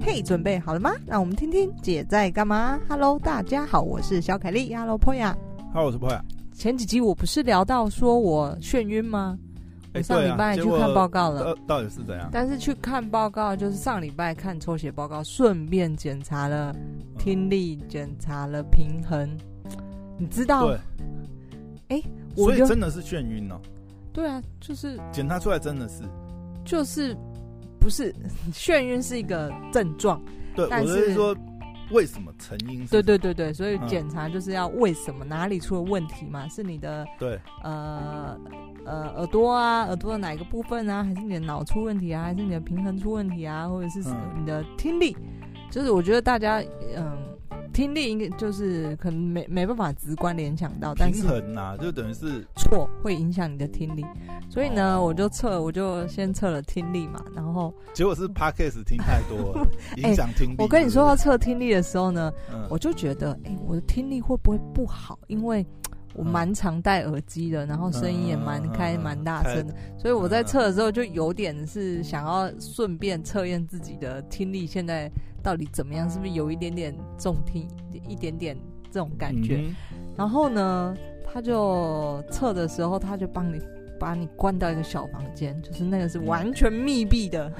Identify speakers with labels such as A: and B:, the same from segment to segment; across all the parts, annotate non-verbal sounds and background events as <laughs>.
A: 嘿，准备好了吗？让我们听听姐在干嘛。Hello，大家好，我是小凯丽。Hello Poya。
B: 哈，我是 p o
A: 前几集我不是聊到说我眩晕吗？我
B: 哎，
A: 上
B: 对
A: 礼
B: 啊，
A: 拜
B: 结
A: 去
B: 果呃
A: 看报告了，
B: 到到底是怎样？
A: 但是去看报告就是上礼拜看抽血报告，顺便检查了
B: 嗯
A: 听力，检查了平衡。你知道
B: 对，，
A: 我
B: 所以
A: 哦就
B: 真的是眩晕哦，
A: 对啊，就是
B: 检查出来真的是。
A: 就是不是 <laughs> 眩晕是一个症状，
B: 对，
A: 但
B: 我就是是说，为什么成因是什
A: 对
B: 么？
A: 对对对，所以
B: 嗯
A: 检查就是要为什么哪里出了问题嘛？是你的
B: 对
A: 呃呃耳朵啊，耳朵的哪一个部分啊，还是你的脑出问题啊，还是你的平衡出问题啊，或者是
B: 嗯
A: 你的听力？就是我觉得大家嗯，听力应该就是可能没没办法直观联想到，但
B: 平
A: 是
B: 衡呐，就等于是
A: 错会影响你的听力，所以呢，
B: 哦
A: 我就测，我就先测了听力嘛，然后
B: 结果是 podcast 听太多了，
A: <laughs> 哎
B: 影响听力。
A: 我跟你说要
B: 是
A: 测听力的时候呢，
B: 不是，嗯
A: 我就觉得，哎、我的听力会不会不好？因为我蛮常戴耳机的，然后声音也蛮开、
B: 嗯
A: 蛮大声的，所以我在测的时候就有点是想要顺便测验自己的听力现在到底怎么样，是不是有一点点重听，一点点这种感觉。
B: 嗯
A: 然后呢，他就测的时候，他就帮你把你关到一个小房间，就是那个是
B: 嗯
A: 完全密闭的。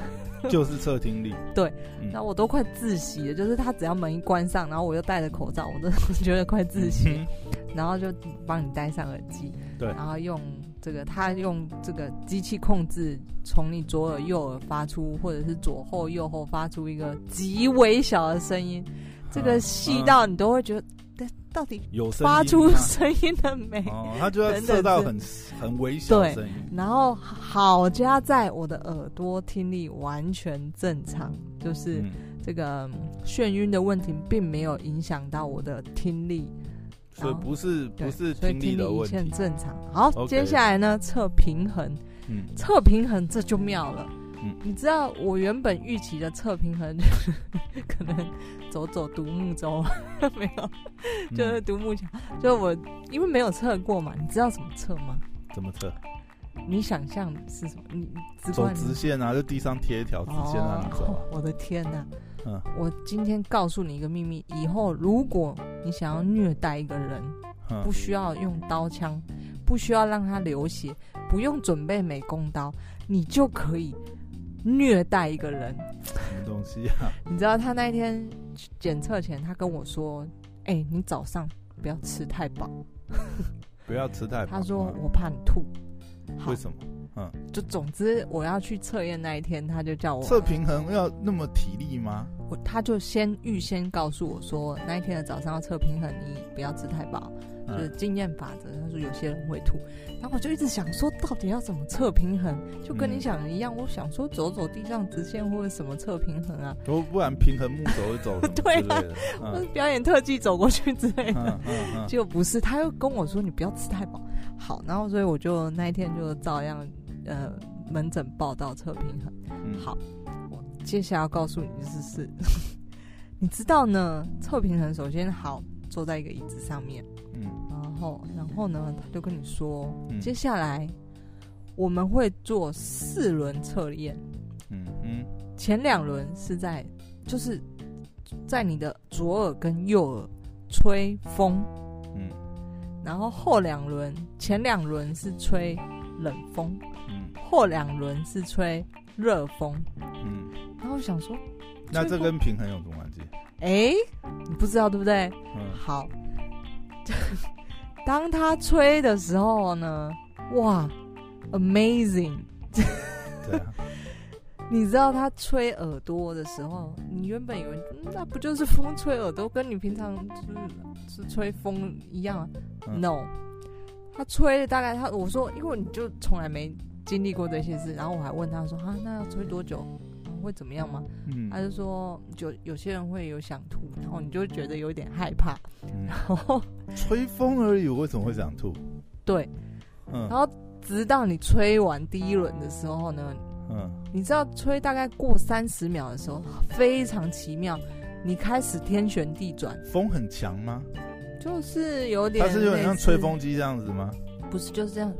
B: 哼就是测听力
A: <laughs> 。对
B: 嗯，
A: 然后我都快窒息了，就是他只要门一关上，然后我又戴着口罩，我都 <laughs> 觉得快窒息了。
B: 嗯
A: 然后就帮你戴上耳机，
B: 对
A: 然后用这个，他用这个机器控制，从你左耳、右耳发出，或者是左后、右后发出一个极微小的声音，这个
B: 嗯
A: 细
B: 嗯
A: 到你都会觉得，但到底
B: 有声音
A: 发出
B: 吗
A: 声音了没？
B: 哦，他就要
A: 等等
B: 测到
A: 之
B: 很很微小的声音。
A: 然后好加在我的耳朵听力完全正常，就是
B: 嗯，
A: 这个嗯眩晕的问题并没有影响到我的听力，
B: 所以不是
A: 对
B: 不是
A: 所以
B: 听
A: 听
B: 力的
A: 力一
B: 问
A: 切
B: 题。
A: 正常。好
B: OK
A: 接下来呢测平衡，
B: 嗯，
A: 测平衡这就妙了。
B: 嗯
A: 你知道我原本预期的测平衡就是 <laughs> 可能走走独木舟，没有，<laughs>
B: 嗯
A: 就是独木桥。就我因为没有测过嘛，你知道怎么测吗？
B: 怎么测？
A: 你想象是什么？你你直
B: 走
A: 观
B: 直线啊，就地上贴一条直线让你走啊。
A: 哦。 <laughs> 我的天哪！
B: 嗯
A: 我今天告诉你一个秘密，以后如果你想要虐待一个人，
B: 嗯
A: 不需要用刀枪，不需要让他流血，不用准备美工刀，你就可以虐待一个人。
B: 什么东西啊？
A: 你知道他那一天检测前，他跟我说：“哎、你早上不要吃太饱。
B: 不要吃太”饱。
A: 他说：“
B: 嗯
A: 我怕你吐。”好
B: 为，什么？
A: 就总之我要去测验那一天，他就叫我
B: 测评衡要那么体力吗？
A: 我他就先预先告诉我说，那一天的早上要测平衡，你不要吃太饱，就是
B: 嗯
A: 经验法则。他说有些人会吐，然后我就一直想说，到底要怎么测平衡？就跟你
B: 嗯
A: 想的一样，我想说走走地上直线或者什么测平衡啊，
B: 不不然平衡木走一走什
A: <laughs> 对
B: 么之类
A: 啊
B: 的。
A: 或者
B: 嗯
A: 表演特技走过去之类的。
B: 嗯嗯嗯
A: 结果不是，他又跟我说你不要吃太饱。好，然后所以我就那一天就照样呃门诊报道测平衡。
B: 嗯，
A: <laughs> 好，我接下来要告诉你的是是， <laughs> 你知道呢，测平衡首先好坐在一个椅子上面，
B: 嗯
A: 然后然后呢，他就跟你说，
B: 嗯
A: 接下来我们会做四轮测验，
B: 嗯嗯
A: 前两轮是在就是在你的左耳跟右耳吹风，
B: 嗯
A: 然后后两轮前两轮是吹冷风，
B: 嗯
A: 后两轮是吹热风，
B: 嗯，
A: 然后我想说。
B: 那
A: 吹
B: 这
A: 风
B: 跟平衡有什么关系？
A: 哎，你不知道对不对？
B: 嗯，
A: 好， <laughs> 当他吹的时候呢，哇，amazing！
B: 对
A: <laughs>
B: 啊，
A: 你知道他吹耳朵的时候，你原本以为、嗯那不就是风吹耳朵，跟你平常就是是吹风一样啊、
B: 嗯
A: n o 他吹了大概他我说，因为你就从来没经历过这些事，然后我还问他说啊，那要吹多久？啊会怎么样吗？
B: 嗯
A: 他就说，就有些人会有想吐，然后你就会觉得有点害怕，
B: 嗯，
A: 然后
B: 吹风而已，我为什么会想吐？
A: 对，然
B: 嗯
A: 后直到你吹完第一轮的时候呢，
B: 嗯，
A: 你知道吹大概过三十秒的时候，非常奇妙，你开始天旋地转，
B: 风很强吗？
A: 就是有点
B: 它是有点像
A: 啊类似
B: 吹，风机这样子吗？
A: 不是就是这样，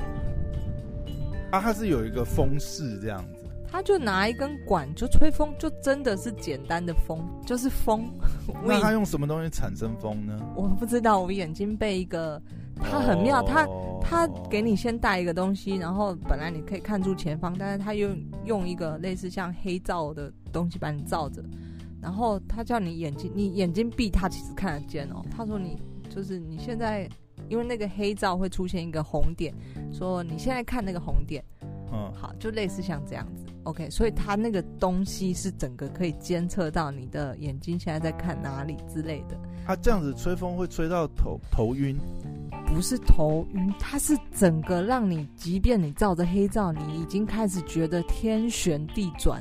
B: 啊，它是有一个风势这样子。
A: 他就拿一根管就吹风，就真的是简单的风，就是风。 <laughs> 我
B: 那
A: 以
B: 它用什么东西产生风呢？
A: 我不知道，我眼睛被一个，它很
B: 哦
A: 妙，它它给你先带一个东西，然后本来你可以看住前方，但是它用用一个类似像黑罩的东西把你罩着，然后他叫你眼睛，你眼睛闭，他其实看得见哦。他说你就是你现在，因为那个黑罩会出现一个红点，说你现在看那个红点，
B: 嗯，
A: 好，就类似像这样子。OK，所以它那个东西是整个可以监测到你的眼睛现在在看哪里之类的。
B: 它这样子吹风会吹到头头晕，
A: 不是头晕，它是整个让你，即便你照着黑照，你已经开始觉得天旋地转。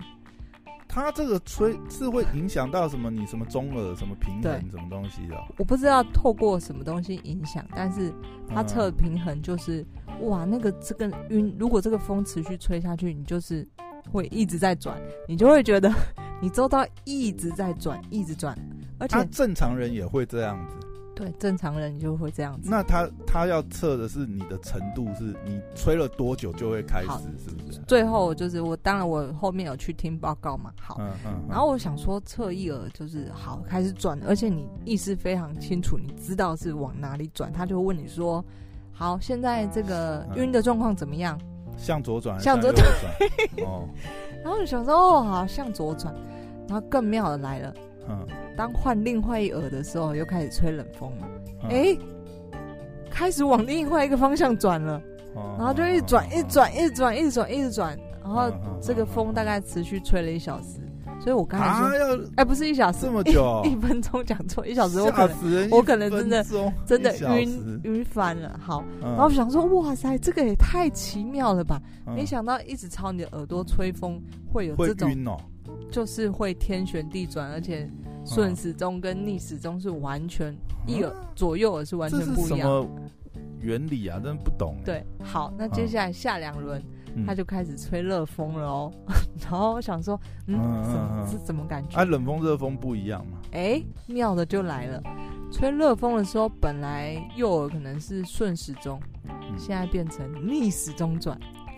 B: 它这个吹是会影响到什么？你什么中耳、什么平衡、
A: 对
B: 什么东西的哦？
A: 我不知道透过什么东西影响，但是它
B: 嗯
A: 测平衡就是，哇，那个这个晕，如果这个风持续吹下去，你就是会一直在转，你就会觉得你周遭一直在转，一直转，而且、
B: 它正常人也会这样子。
A: 对正常人你就会这样子。
B: 那它它要测的是你的程度，是你吹了多久就会开始
A: 好，
B: 是不是？
A: 最后就是我，当然我后面有去听报告嘛，好，
B: 嗯嗯。
A: 然后我想说，侧翼耳就是好开始转，而且你意识非常清楚，你知道是往哪里转，他就会问你说：“好，现在这个
B: 嗯
A: 晕的状况怎么样
B: 嗯向左转，
A: 向左
B: 转。哦，？”
A: 然后你想说：“哦，好，向左转。”然后更妙的来了， <laughs>
B: 嗯。
A: 当换另外一耳的时候，又开始吹冷风了，
B: 嗯，
A: 哎、开始往另外一个方向转了，然
B: 然
A: 后就一直转，
B: 哦
A: 一直转，一直转，一直转，一直转，然
B: 嗯
A: 后这个风大
B: 概
A: 概持续吹了一小时，所以我刚才说，
B: 啊哦
A: 哎、
B: 要
A: 不是一小时
B: 这。么
A: <laughs>
B: 久，
A: 一分钟讲错，一
B: 一
A: 小时我可能
B: 能
A: 我可能真的真的晕
B: 晕，
A: 晕翻了。好，
B: 然
A: 然后我想说，哇塞，这个也太奇妙了吧！没想
B: 想
A: 到一直朝你的耳朵吹风，会有
B: 嗯会
A: 这种，
B: 晕哦，
A: 就是会天旋地转，而且顺时钟跟逆时钟是完全一耳左右耳是完
B: 嗯啊这
A: 全
B: 是
A: 不
B: 什
A: 一样。
B: 么原理啊？真的不懂哎。
A: 对，好，那接下来下两轮
B: 嗯，
A: 他就开始吹热风了哦。 <laughs> 然后我想说，嗯，
B: 嗯
A: 什么
B: 嗯嗯
A: 是怎么感觉
B: 啊，？冷风热风不一样嘛。
A: 哎，妙的就来了。吹热风的时候，本来右耳可能是顺时钟，
B: 嗯
A: 现在变成逆时钟转，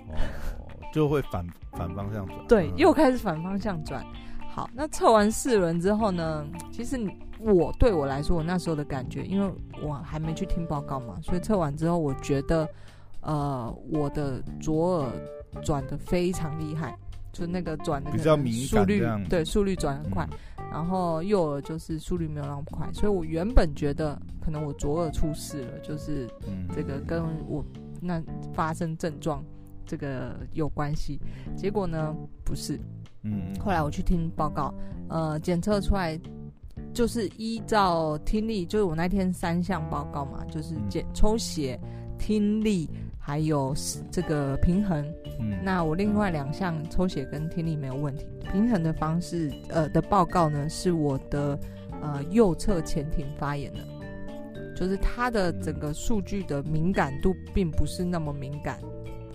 B: 哦，就会反反方向转。
A: 对，
B: 嗯
A: 又开始反方向转。好，那测完四轮之后呢，其实你我对我来说，我那时候的感觉，因为我还没去听报告嘛，所以测完之后，我觉得，呃，我的左耳转的非常厉害，就那个转的
B: 比
A: 可
B: 较
A: 能
B: 敏
A: 速
B: 感
A: 率
B: 这样，嗯
A: 对，速率转很快。然后右耳就是速率没有那么快，所以我原本觉得可能我左耳出事了，就是
B: 嗯，
A: 这个跟我那发生症状这个有关系。结果呢，不是。
B: 嗯，嗯
A: 后来我去听报告，呃，检测出来就是依照听力，就是我那天三项报告嘛，就是
B: 嗯
A: 检抽血、听力还有这个平衡。
B: 嗯
A: 那我另外两项抽血跟听力没有问题，平衡的方式呃的报告呢是我的呃右侧前庭发炎了，就是它的整个数据的敏感度并不是那么敏感，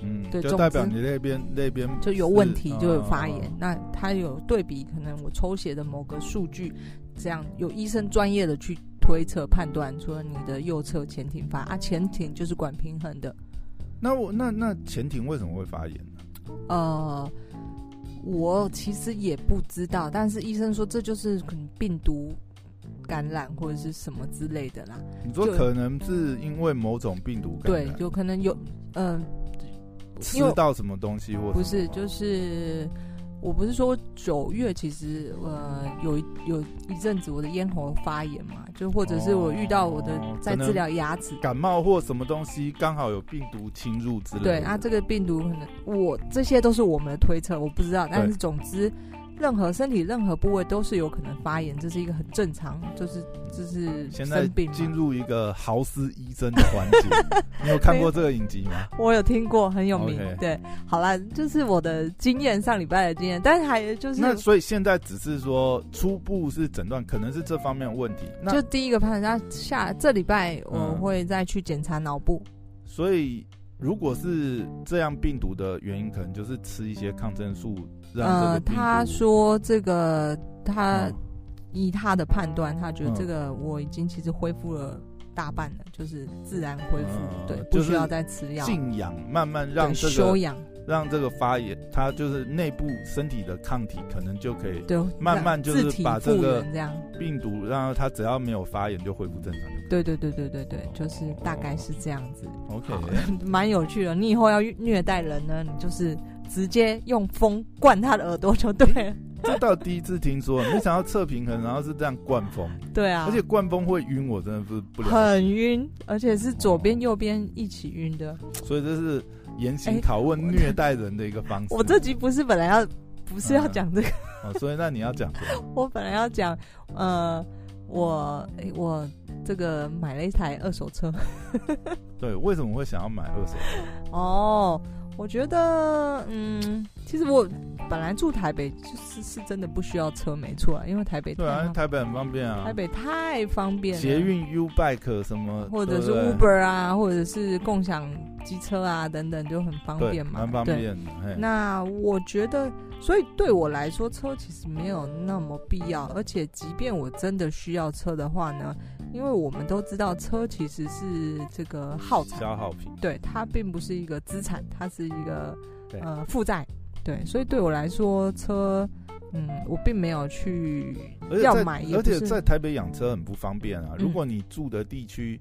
B: 嗯，
A: 对
B: 就
A: 总
B: 代表
A: 之
B: 你那边那边
A: 就有
B: 是
A: 问题就有发炎。
B: 嗯嗯
A: 那它有对比，可能我抽血的某个数据，这样有医生专业的去推测判断，说你的右侧前庭发啊，前庭就是管平衡的，
B: 那我那那潜艇为什么会发炎呢？
A: 呃，我其实也不知道，但是医生说这就是可能病毒感染或者是什么之类的啦。
B: 你说
A: 就
B: 可能是因为某种病毒感
A: 对
B: 染，，
A: 有可能有，嗯、因为
B: 吃到什么东西或
A: 不
B: 什么
A: 是，
B: 吗
A: 就是我不是说九月其实呃有一有一阵子我的咽喉发炎嘛，就或者是我遇到我的
B: 哦
A: 在
B: 可能
A: 治疗牙齿
B: 感冒或什么东西刚好有病毒侵入之类的。
A: 对，啊那这个病毒可能我这些都是我们的推测，我不知道。但是总之，任何身体任何部位都是有可能发炎，这是一个很正常，就是就是
B: 现在
A: 生病
B: 进
A: 嘛。
B: 入一个豪斯医生的环
A: <laughs>
B: 节，你有看过这个影集吗？
A: 我有听过，很有名。
B: OK
A: 对，好啦，就是我的经验，上礼拜的经验，但是还就是
B: 那所以现在只是说初步是诊断，可能是这方面的问题。那
A: 就第一个判断，那下这礼拜我
B: 嗯
A: 会再去检查脑部。
B: 所以如果是这样病毒的原因，可能就是吃一些抗生素让这
A: 呃
B: 个，病毒。
A: 他说这个他
B: 嗯
A: 以他的判断，他觉得
B: 嗯
A: 这个我已经其实恢复了大半了，就是自然恢复，
B: 嗯
A: 对，
B: 就
A: 不
B: 是
A: 需要再吃药，
B: 静养，慢慢让
A: 对
B: 这
A: 休
B: 个
A: 养，
B: 让这个发炎，它就是内部身体的抗体可能就可以
A: 对，
B: 慢慢就是
A: 自体
B: 把这个
A: 复原这样，
B: 病毒，让它只要没有发炎就恢复正常就可以。
A: 对对对对对
B: 哦
A: 对，就是大概是这样子， <laughs>
B: OK，
A: 蛮有趣的。你以后要虐待人呢，你就是直接用风灌他的耳朵就对了。
B: 这倒第一次听说，没想到测平衡，然后是这样灌风，
A: <laughs> 对啊，
B: 而且灌风会晕，我真的是不了解。
A: 很晕，而且是左边右边一起晕的。
B: 所以这是严
A: 哎
B: 刑拷问
A: 我
B: 虐待人的一个方式。
A: 哎我这集不是本来要不是要讲这个，
B: 哦，所以那你要讲什么
A: <laughs> 我本来要讲呃，我诶我这个买了一台二手车 <laughs>
B: 哦对，为什么会想要买二手？
A: 哦。我觉得，嗯，其实我本来住台北，就是是真的不需要车，没错啊，因为台北
B: 对啊，
A: 太
B: 台北很方便啊，
A: 台北太方便了，啊
B: 捷运 U Bike 什么，
A: 或者是
B: 对不对
A: Uber 啊，或者是共享机车啊等等，就很方
B: 对
A: 便嘛，
B: 蛮方
A: 对
B: 便的。嘿
A: 那我觉得，所以对我来说，车其实没有那么必要。而且，即便我真的需要车的话呢，因为我们都知道，车其实是这个耗材，
B: 消耗品，
A: 对，它并不是一个资产，它是一个
B: 对
A: 呃负债。对，所以对我来说，车，嗯，我并没有去
B: 而且
A: 要
B: 在
A: 买，也
B: 而
A: 不
B: 且
A: 是
B: 在台北养车很不方便啊。
A: 嗯
B: 如果你住的地区，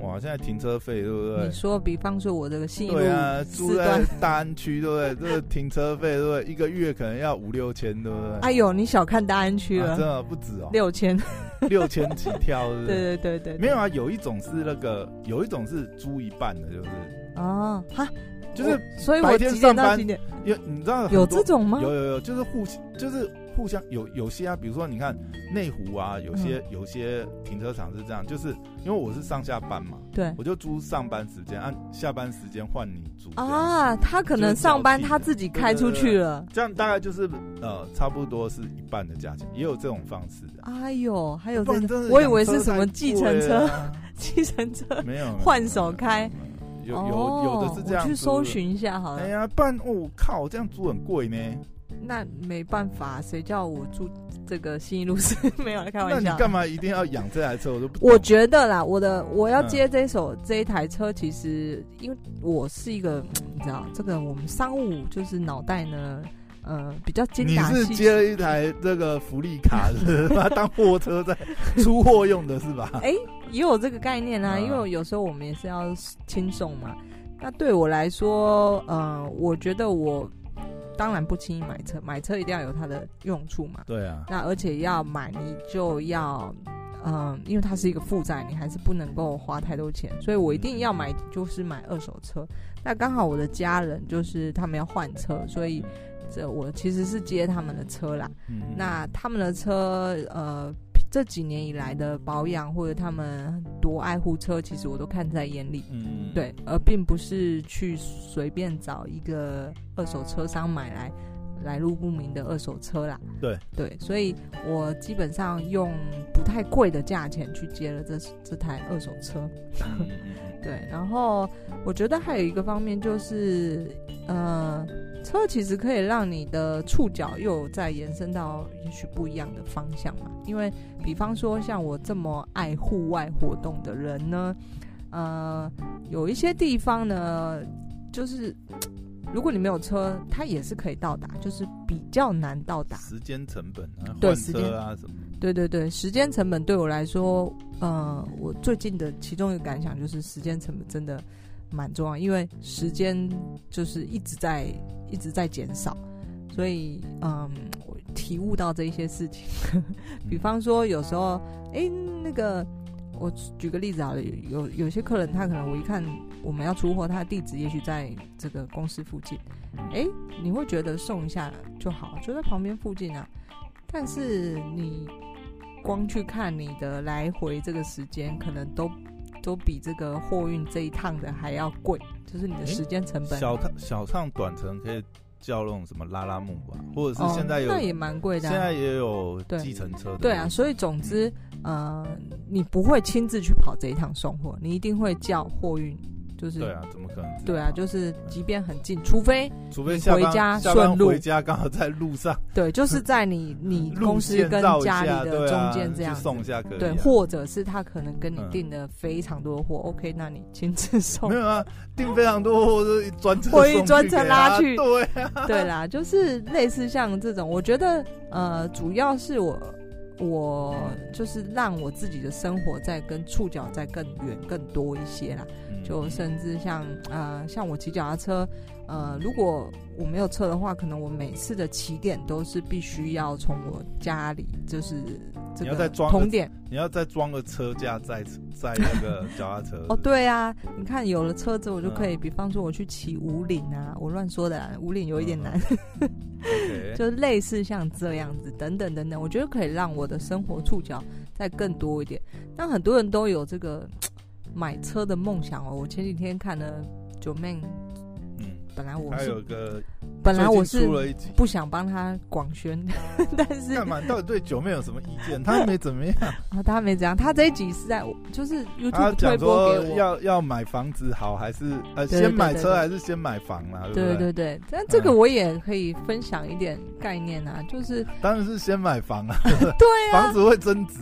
B: 哇，现在停车费对不
A: 你
B: 对？
A: 说，比方说我这个信义路
B: 对啊，住
A: 四
B: 在
A: 段，
B: 大安区，对不对？这个停车费，对不对？一个月可能要五六千，对不对？
A: 哎呦，你小看大安区
B: 啊真
A: 了，
B: 的不止哦，
A: 六千，
B: 六千起跳，对不对？
A: 对对对对，
B: 没有啊，有一种是那个，有一种是租一半的，就是
A: 哦，哈，
B: 就是
A: 我所以
B: 白
A: 我
B: 天
A: 几点
B: 上
A: 到
B: 班
A: 几点
B: 有你知道很
A: 有
B: 多
A: 这种吗？
B: 有有有，就是互就是互相有有些啊，比如说你看内湖啊，有些、
A: 嗯
B: 有些停车场是这样，就是因为我是上下班嘛，
A: 对
B: 我就租上班时间，按、啊下班时间换你租这样，
A: 啊，他可能上班他自己开出去了。
B: 这样大概就是呃差不多是一半的价钱，也有这种方式的。
A: 哎呦，还有
B: 不
A: 这
B: 然真
A: 个，
B: 的
A: 我以为
B: 养
A: 是什么
B: 太
A: 计程
B: 贵
A: 车 <laughs>
B: 了，啊，
A: 计程车
B: <laughs>
A: <laughs>
B: 没有没有
A: 换手开。
B: 没有没有
A: 哦
B: 有有有的是这
A: 我
B: 样，
A: 去搜。寻啊一下好
B: 哎
A: 了。
B: 呀，不然哦，靠，这样租很贵呢。
A: 那没办法，谁叫我住这个新一路 <laughs> 是没有开
B: 那
A: 玩
B: 你
A: 笑。
B: 干嘛一定要养这台车？我都不懂。
A: 我觉得啦，我的
B: 嗯
A: 我要接这首、这一台车，其实因为我是一个，你知道，这个我们商务就是脑袋呢，呃，比较精
B: 你
A: 打
B: 是
A: 细
B: 接了一台这个福利卡，是把它当货车在出货用的是
A: <laughs>
B: 吧？
A: 哎、也有这个概念啊，
B: 嗯
A: 因为有时候我们也是要轻松嘛。那对我来说，呃，我觉得我当然不轻易买车，买车一定要有它的用处嘛。
B: 对啊，
A: 那而且要买，你就要，嗯、因为它是一个负债，你还是不能够花太多钱，所以我一定要买，就是买二手车。那刚好我的家人就是他们要换车，所以这我其实是接他们的车啦。
B: 嗯
A: 那他们的车，呃，这几年以来的保养或者他们多爱护车，其实我都看在眼里。
B: 嗯，
A: 对，而并不是去随便找一个二手车商买来来路不明的二手车啦。
B: 对
A: 对，所以我基本上用不太贵的价钱去接了这这台二手车。
B: 嗯嗯嗯
A: <laughs> 对，然后我觉得还有一个方面就是，呃，车其实可以让你的触角又再延伸到也许不一样的方向嘛。因为比方说像我这么爱户外活动的人呢，呃，有一些地方呢，就是如果你没有车，它也是可以到达，就是比较难到达。
B: 时间成本啊，
A: 对
B: 换
A: 时间
B: 车啊什么的，
A: 对对对，时间成本对我来说，呃，我最近的其中一个感想就是时间成本真的蛮重要，因为时间就是一直在一直在减少，所以嗯，我体悟到这一些事情。 <laughs> 比方说，有时候，诶，那个，我举个例子好了，有有些客人他可能我一看我们要出货，他的地址也许在这个公司附近，诶，你会觉得送一下就好，就在旁边附近啊。但是你光去看你的来回这个时间，可能都都比这个货运这一趟的还要贵，就是你的
B: 诶
A: 时间成本。
B: 小趟小趟短程可以叫那种什么拉拉木吧，或者
A: 哦
B: 是现在有
A: 那也蛮贵的、
B: 现
A: 啊，
B: 在也有嗯
A: 对
B: 计程车的，
A: 对啊，所以总之，呃，你不会亲自去跑这一趟送货，你一定会叫货运，就是
B: 对啊，怎么可能自己跑？
A: 对啊，就是即便很近，除非
B: 除非下班
A: 回家
B: 下班
A: 顺路
B: 回家刚好在路上， <laughs>
A: 对，就是在你你
B: 路
A: <laughs> 公司
B: 线
A: 跟
B: 绕一
A: 家
B: 下，
A: 里的
B: 对
A: 中
B: 啊，
A: 间这样
B: 去 <laughs>
A: 子。
B: 送一下可以啊。
A: 对，或者是他可能跟你
B: 嗯
A: 订了非常多的货、o k 那你亲自送
B: 没。有啊，订非常多货都
A: <laughs>
B: 专车
A: 我一
B: 送去
A: 专车
B: 给
A: 拉
B: 他
A: 去
B: 对， <laughs>
A: 对啦，就是类似像这种，我觉得呃，主要是我我就是让我自己的生活在跟触角在更远更多一些啦， <laughs> 就甚至像呃，像我骑脚踏车，呃，如果我没有车的话，可能我每次的起点都是必须要从我家里就是这
B: 你要再
A: 个
B: 装个
A: 同点
B: 嗯你要再装个车架在在那个脚踏车
A: 哦，，对啊，你看有了车子，我就可以，比方说我去骑五岭啊，我乱说的啦，五岭有一点难。
B: OK
A: 就类似像这样子，等等等等，我觉得可以让我的生活触角再更多一点。那很多人都有这个买车的梦想哦。我前几天看了九妹，
B: 嗯，
A: 本来我
B: 还有
A: 是
B: 个
A: 本来我
B: 最近
A: 是
B: 出了一集，
A: 不想帮他广宣， <laughs> 但是
B: 干嘛？你到底对九妹有什么意
A: <laughs>
B: 见？她没怎么样，
A: 啊，他没这样，他这一集是在就是 YouTube
B: 她
A: 推播
B: 讲说
A: 给我。
B: 要要买房子好，还是呃
A: 对对
B: 先买
A: 对
B: 车
A: 对
B: 还是先买房啦？不
A: 对
B: 对嗯
A: 对对，但这个我也可以分享一点概念啊，
B: <laughs>
A: 就是
B: 当然是先买房啊，
A: 对啊，
B: 房子会增值，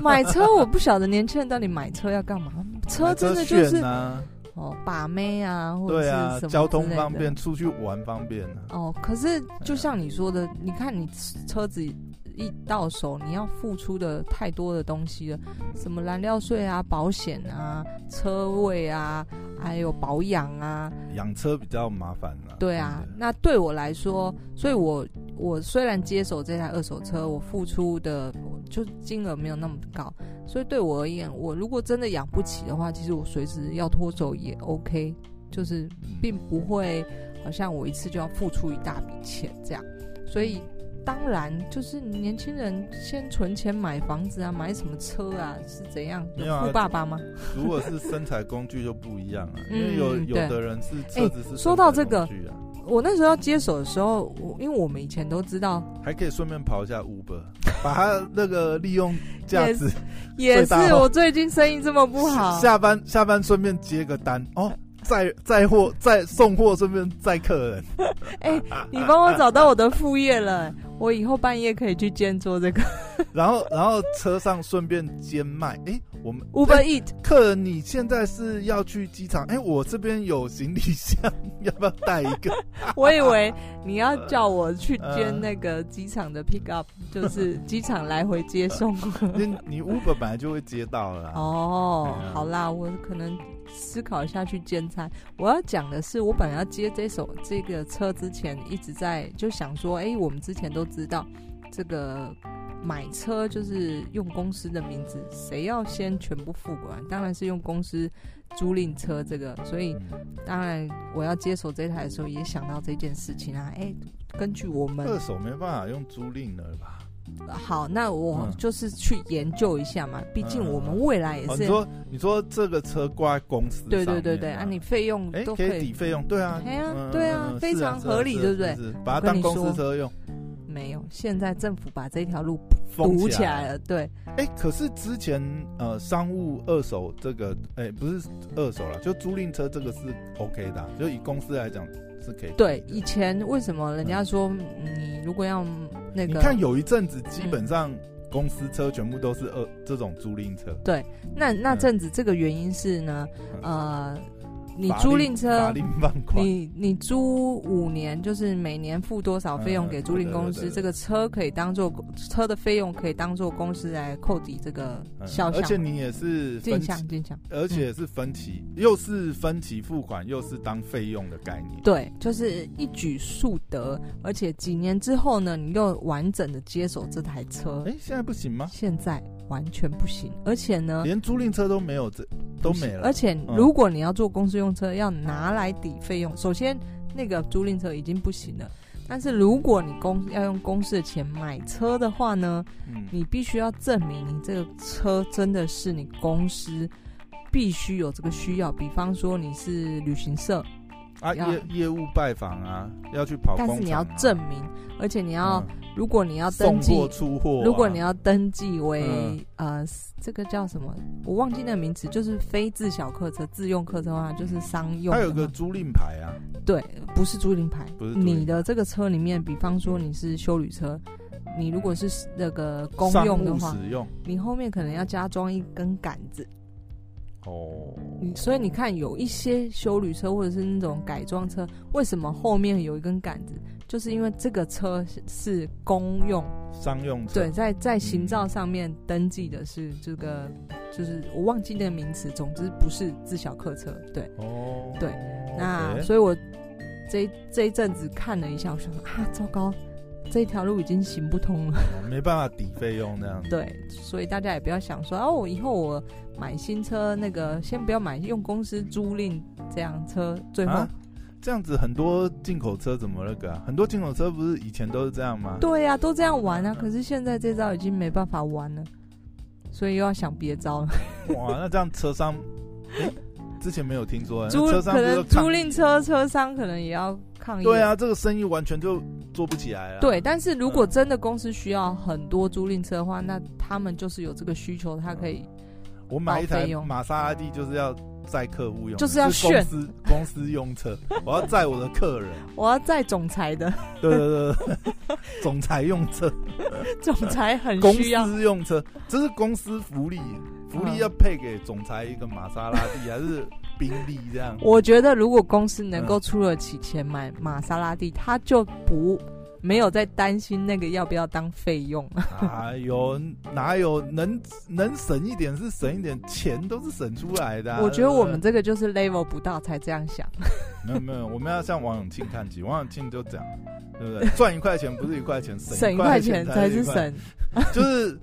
A: 买车我不晓得年轻人到底买车要干嘛，车
B: 买
A: 真的就
B: 炫
A: 是
B: 啊，
A: 哦，把妹啊，或者
B: 对
A: 是
B: 啊
A: 什么，
B: 交通
A: 之类的
B: 方啊便，出去玩方便啊。
A: 哦。可是就像你说的，你看你车子一到手，你要付出的太多的东西了，什么燃料税啊、保险啊、车位啊，还有保养啊，
B: 养车比较麻烦了。
A: 对啊
B: 真。的嗯
A: 那对我来说，所以我我虽然接手这台二手车，我付出的就金额没有那么高，所以对我而言，我如果真的养不起的话，其实我随时要拖走也 OK，就是
B: 嗯
A: 并不会好像我一次就要付出一大笔钱这样，所以。当然，就是年轻人先存钱买房子啊，买什么车啊，是怎样？
B: 没有啊
A: 富爸爸吗？
B: 如果是身材工具就不一样了，啊因
A: 嗯
B: 为有有
A: 对
B: 的人是车子是
A: 说到这
B: 身材
A: 个
B: 工具啊，
A: 我那时候要接手的时候，我因为我们以前都知道，
B: 还可以顺便跑一下 Uber，把它那个利用价值，
A: 也是
B: 最大哦啊
A: 我最近生意这么不好，
B: 下班下班顺便接个单哦，载载货载送货顺便载客人，
A: 哎、你帮我找到我的副业了，我以后半夜可以去兼做这个 <laughs>
B: 然后然后车上顺便兼卖，哎，我们
A: Uber
B: 哎
A: Eat，
B: 客人你现在是要去机场，哎，我这边有行李箱，要不要带一
A: <laughs>
B: 个？
A: 我以为你要叫我
B: <laughs>
A: 去
B: 呃
A: 兼那个机场的 pick up，就是机场来回接送。
B: 你你 Uber 本来就会接到了啊，
A: 哦
B: 对啊，
A: 好啦，我可能思考一下去兼差。我要讲的是，我本来要接这首这个车之前，一直在就想说，哎、我们之前都知道这个买车就是用公司的名字，谁要先全部付款？当然是用公司租赁车这个，所以
B: 嗯
A: 当然我要接手这台的时候，也想到这件事情啊。
B: 嗯
A: 哎、根据我们
B: <laughs> 二手没办法用租赁的吧？
A: 好，那我
B: 嗯
A: 就是去研究一下嘛，毕竟
B: 嗯嗯
A: 我们
B: 嗯
A: 未来也
B: 哦，
A: 是
B: 你说你说这个车挂在公司上
A: 对
B: 面
A: 对对对，
B: 嘛
A: 啊，你费用
B: 哎
A: 都
B: 可以抵
A: 以，
B: 费用，对啊，
A: 哎呀
B: 嗯
A: 对啊
B: 嗯嗯
A: 非
B: 是啊
A: 常
B: 是啊
A: 合理
B: 是啊
A: 对不对
B: 是啊是啊把它
A: 我跟
B: 当
A: 你
B: 公司
A: 说
B: 车用，
A: 没有。现在政府把这条路
B: 封
A: 堵
B: 起
A: 起来
B: 来了。
A: 了，对，
B: 哎，可是之前呃，商务二手这个，哎，不是二手啦，就租赁车这个是 OK 的啊，就以公司来讲是可以。
A: 对，以前为什么人家说你如果要那
B: 嗯你
A: 个，嗯
B: 看有一阵子基本上公司车全部都是二这种租赁车，
A: 那那
B: 嗯
A: 阵子这个原因是呢，
B: 嗯
A: 呃，你
B: 法
A: 租
B: 令
A: 赁
B: 法
A: 车，
B: 令放款，
A: 你你租五年，就是每年付多少费用
B: 嗯
A: 给租赁公
B: 对对对
A: 司，
B: 对
A: 这个车可以当做车的费用可以当做公司来扣抵这个
B: 嗯
A: 肖
B: 而且
A: 像。
B: 你也是
A: 进
B: 分期
A: 项进项，
B: 而且是分期，又是分期付款，又是当费用的概念。
A: 对，就是一举数得，而且几年之后呢，你又完整的接手这台车，
B: 哎、现在不行吗？
A: 现在完全不行。而且呢，
B: 连租赁车都没有，这都没了。
A: 而且如果你要做公司用车，要拿来抵费用，首先那个租赁车已经不行了。但是如果你公要用公司的钱买车的话呢，
B: 嗯，
A: 你必须要证明你这个车真的是你公司必须有这个需要。比方说你是旅行社，
B: 啊，
A: 要
B: 业业务拜访啊，要去跑工、啊，
A: 但是你要证明，而且你要、
B: 嗯
A: 如果你要登
B: 送
A: 记
B: 货、出货啊、
A: 如果你要登记为、
B: 嗯
A: 呃，这个叫什么？我忘记那个名词，就是非自小客车、自用客车的话，就是商用的话。
B: 它有个租赁牌啊，
A: 对，不是租赁牌，
B: 不是租赁牌
A: 你的这个车里面，比方说你是修旅车，你如果是那个公
B: 商
A: 用的
B: 务
A: 话，
B: 使用
A: 你后面可能要加装一根杆子。
B: 哦，
A: 你所以你看，有一些修旅车或者是那种改装车，为什么后面有一根杆子？就是因为这个车是是公用。
B: 商用车
A: 对，在在行照上面登记的是这个，就是我忘记那个名词，总之不是自小客车。对，
B: 哦，
A: 对
B: OK，哦
A: 那所以我这一这一阵子看了一下，我想说啊，糟糕，这条路已经行不通了。 <laughs>
B: 哦没办法抵费用那样子，
A: 对，所以大家也不要想说哦，我以后我买新车那个，先不要买，用公司租赁这样车，最后、
B: 啊这样子很多进口车怎么那个、啊？很多进口车不是以前都是这样吗？
A: 对呀、都这样玩啊。可是现在这招已经没办法玩了，所以又要想别招了。
B: 哇，那这样车商，诶之前没有听说、欸，
A: 租
B: 那车商
A: 可
B: 不是
A: 能
B: 都抗
A: 租赁车车商可能也要抗议。
B: 对啊，这个生意完全就做不起来了。
A: 对，但是如
B: 嗯
A: 果真的公司需要很多租赁车的话，那他们就是有这个需求，他可以
B: 我买一
A: 报
B: 台
A: 费用
B: 玛莎拉蒂就是要载客户用，
A: 就是要
B: 公
A: 炫
B: 司公司用车，我要载我的客人。
A: 我要载总裁的， <laughs>
B: 对对对对，对总裁用车，
A: 总裁很
B: 嗯公
A: 需要。
B: 司用车，这是公司福利，福利
A: 嗯
B: 要配给总裁一个玛莎拉蒂还是宾利这
A: <laughs>
B: 样？
A: 我觉得如果公司
B: 嗯
A: 能够出得起钱买玛莎拉蒂，他就不没有在担心那个要不要当费用了。
B: 哎呦，哪有能能省一点是省一点，钱都是省出来的啊、
A: 我觉得我们这
B: 对
A: 个就是 level 不到才这样想。
B: 不对没有没有，我们要向王永庆看齐，王永庆就讲。对不对？赚一块钱不是一块钱，
A: 省
B: 省
A: 一
B: 块
A: 块钱
B: 才
A: 才是
B: 一块
A: 省，
B: 就是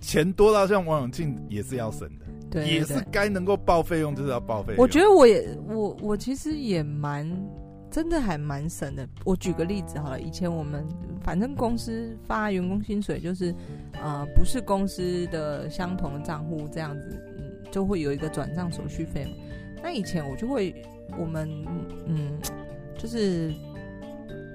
B: 钱多到像王永庆也是要省的，
A: 对对
B: 也
A: 对
B: 是该能够报费用就是要报费用。
A: 我觉得我也我我其实也蛮真的还蛮省的。我举个例子好了，以前我们反正公司发员工薪水就是呃不是公司的相同的账户这样子，嗯，就会有一个转账手续费嘛。那以前我就会我们嗯就是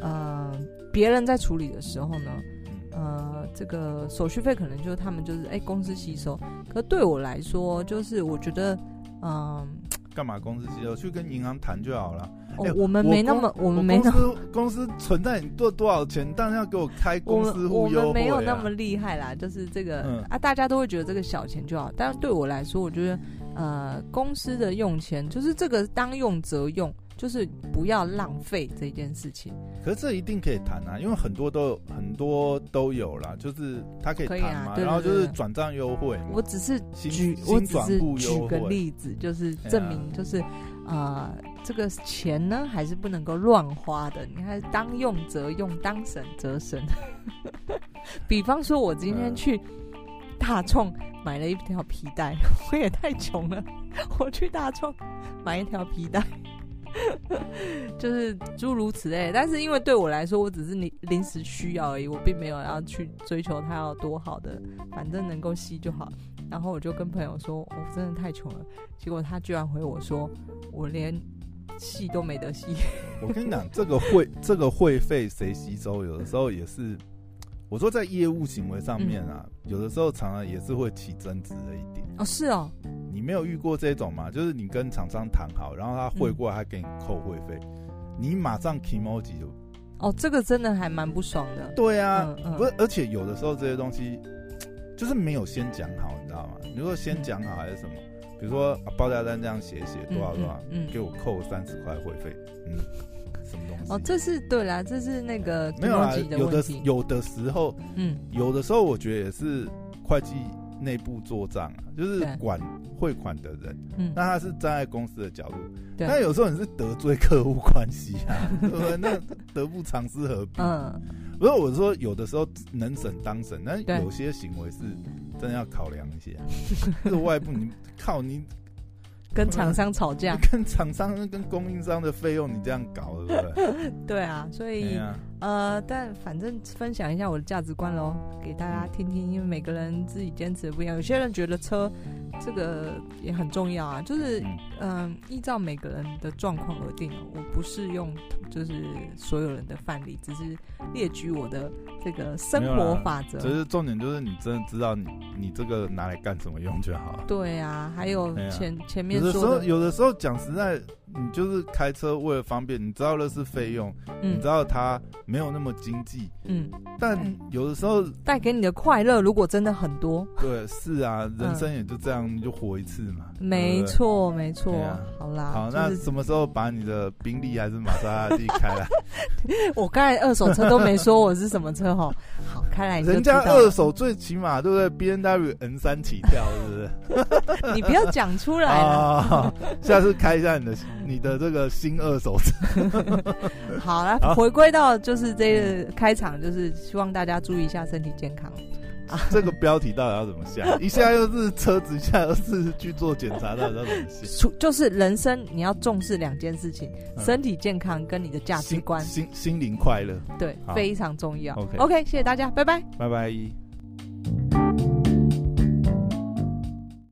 A: 呃别人在处理的时候呢。
B: 嗯
A: 呃，这个手续费可能就是他们就是哎、公司吸收，可对我来说，就是我觉得，嗯、
B: 干嘛公司机构去跟银行谈就好了。
A: 哦
B: 哎
A: 我们
B: 我
A: 没那
B: 公
A: 么，我
B: 我
A: 们没那
B: 公司公司存在你多多少钱，当然要给我开
A: 我
B: 公司
A: 们我
B: 户优惠、
A: 们
B: 啊、
A: 没有那么厉害啦，就是这个、
B: 嗯
A: 啊，大家都会觉得这个小钱就好，但是对我来说，我觉得呃，公司的用钱就是这个当用则用，就是不要浪费这件事情。
B: 可是这一定可以谈啊，因为很多都有很多都有啦，就是他可以
A: 可
B: 谈
A: 以啊
B: 嘛，
A: 对对
B: 然后就是
A: 对对
B: 转账优惠嘛，
A: 我只是
B: 新
A: 举，我
B: 新
A: 只
B: 转
A: 是
B: 户
A: 举
B: 优
A: 个
B: 惠。
A: 例子，就是
B: 哎呀
A: 证明就是、呃，这个钱呢还是不能够乱花的，你看当用则用，当省则省。 <laughs> 比方说，我今天
B: 嗯
A: 去大众买了一条皮带，我也太穷了， <laughs> 我去大众买一条皮带， <laughs> 就是诸如此类。但是因为对我来说，我只是临临时需要而已，我并没有要去追求它有多好的，反正能够吸就好。然后我就跟朋友说，我、真的太穷了。结果他居然回我说，我连戏都没得戏。
B: 我跟你讲，这个会 <laughs> 这个会费谁吸收，有的时候也是，我说在业务行为上面啊，
A: 嗯
B: 有的时候常常也是会起争执的一点。
A: <laughs> 哦，是哦，
B: 你没有遇过这种吗？就是你跟厂商谈好，然后他
A: 嗯
B: 汇过来，他给你扣会费，你马上 k i m o j i 就
A: 哦，这个真的还蛮不爽的。
B: 对啊，
A: 嗯嗯
B: 不是，而且有的时候这些东西就是没有先讲好，你知道吗？你说先讲好还是什么？比如说、啊报价单这样写一写
A: 嗯
B: 多少多少，
A: 嗯
B: 给我扣三十块会费，嗯，什么东西？
A: 哦，这是对啦，这是那个
B: 没有啦
A: emoji，的
B: 有
A: 问
B: 的
A: 题。
B: 有的时候，
A: 嗯，
B: 有的时候我觉得也是会计内部做账啊，就是
A: 对
B: 管汇款的人，
A: 嗯
B: 那他是站在公司的角度，
A: 对啊
B: 那有时候你是得罪客户关系啊， <laughs> 对不对？那得不偿失何必？
A: 嗯，
B: 不是我说，有的时候能省当省，但
A: 对
B: 有些行为是真的要考量
A: <laughs>
B: 一下。这外部你靠你
A: 跟厂商吵
B: <laughs>
A: 架， <laughs>
B: 跟厂商跟供应商的费用，你这样搞对不对？
A: 对啊，所
B: 哎
A: 以
B: 呀，
A: 呃，但反正分享一下我的价值观喽，给大家听听，因为每个人自己坚持的不一样。有些人觉得车这个也很重要啊，就是嗯、呃依照每个人的状况而定。哦我不是用就是所有人的范例，只是列举我的这个生活法则。
B: 只是重点就是你真的知道你你这个拿来干什么用就好了。
A: 对啊，还有
B: 哎呀
A: 前、前面
B: 有的时
A: 说
B: 候，
A: 的，
B: 有的时候讲实在，你就是开车为了方便，你知道那是费用，你
A: 嗯
B: 知道它没有那么经济，
A: 嗯，
B: 但
A: 嗯
B: 有的时候，
A: 带给你的快乐如果真的很多，
B: 对，是啊，人生也就这样，你就活一次嘛。
A: 嗯没
B: 对不对。
A: 错没错
B: 对啊，
A: 好啦，
B: 好，
A: 就
B: 那
A: 是
B: 什么时候把你的宾利还是玛莎拉蒂开
A: <laughs>
B: 来？
A: 我刚才二手车都没说我是什么车哈，好，开来你就
B: 人
A: 知道
B: 家
A: 了
B: 二手最起码对不对？B N W N 三起跳，是不
A: <laughs>
B: 是？
A: 你不要讲出来了。
B: 啊，下次开一下你的你的这个新二手 <laughs> 车。
A: 好啦，回归到就是这个开场，就是希望大家注意一下身体健康。
B: 这个标题到底要怎么下？一下又是车子，一下又是去做检查，到底要怎么写？
A: 除就是人生你要重视两件事情，
B: 嗯
A: 身体健康跟你的 <laughs> 价值观，
B: 心心心灵快乐，
A: 对
B: 好，
A: 非常重要。
B: OK
A: OK，谢谢大家，拜拜。
B: 拜拜。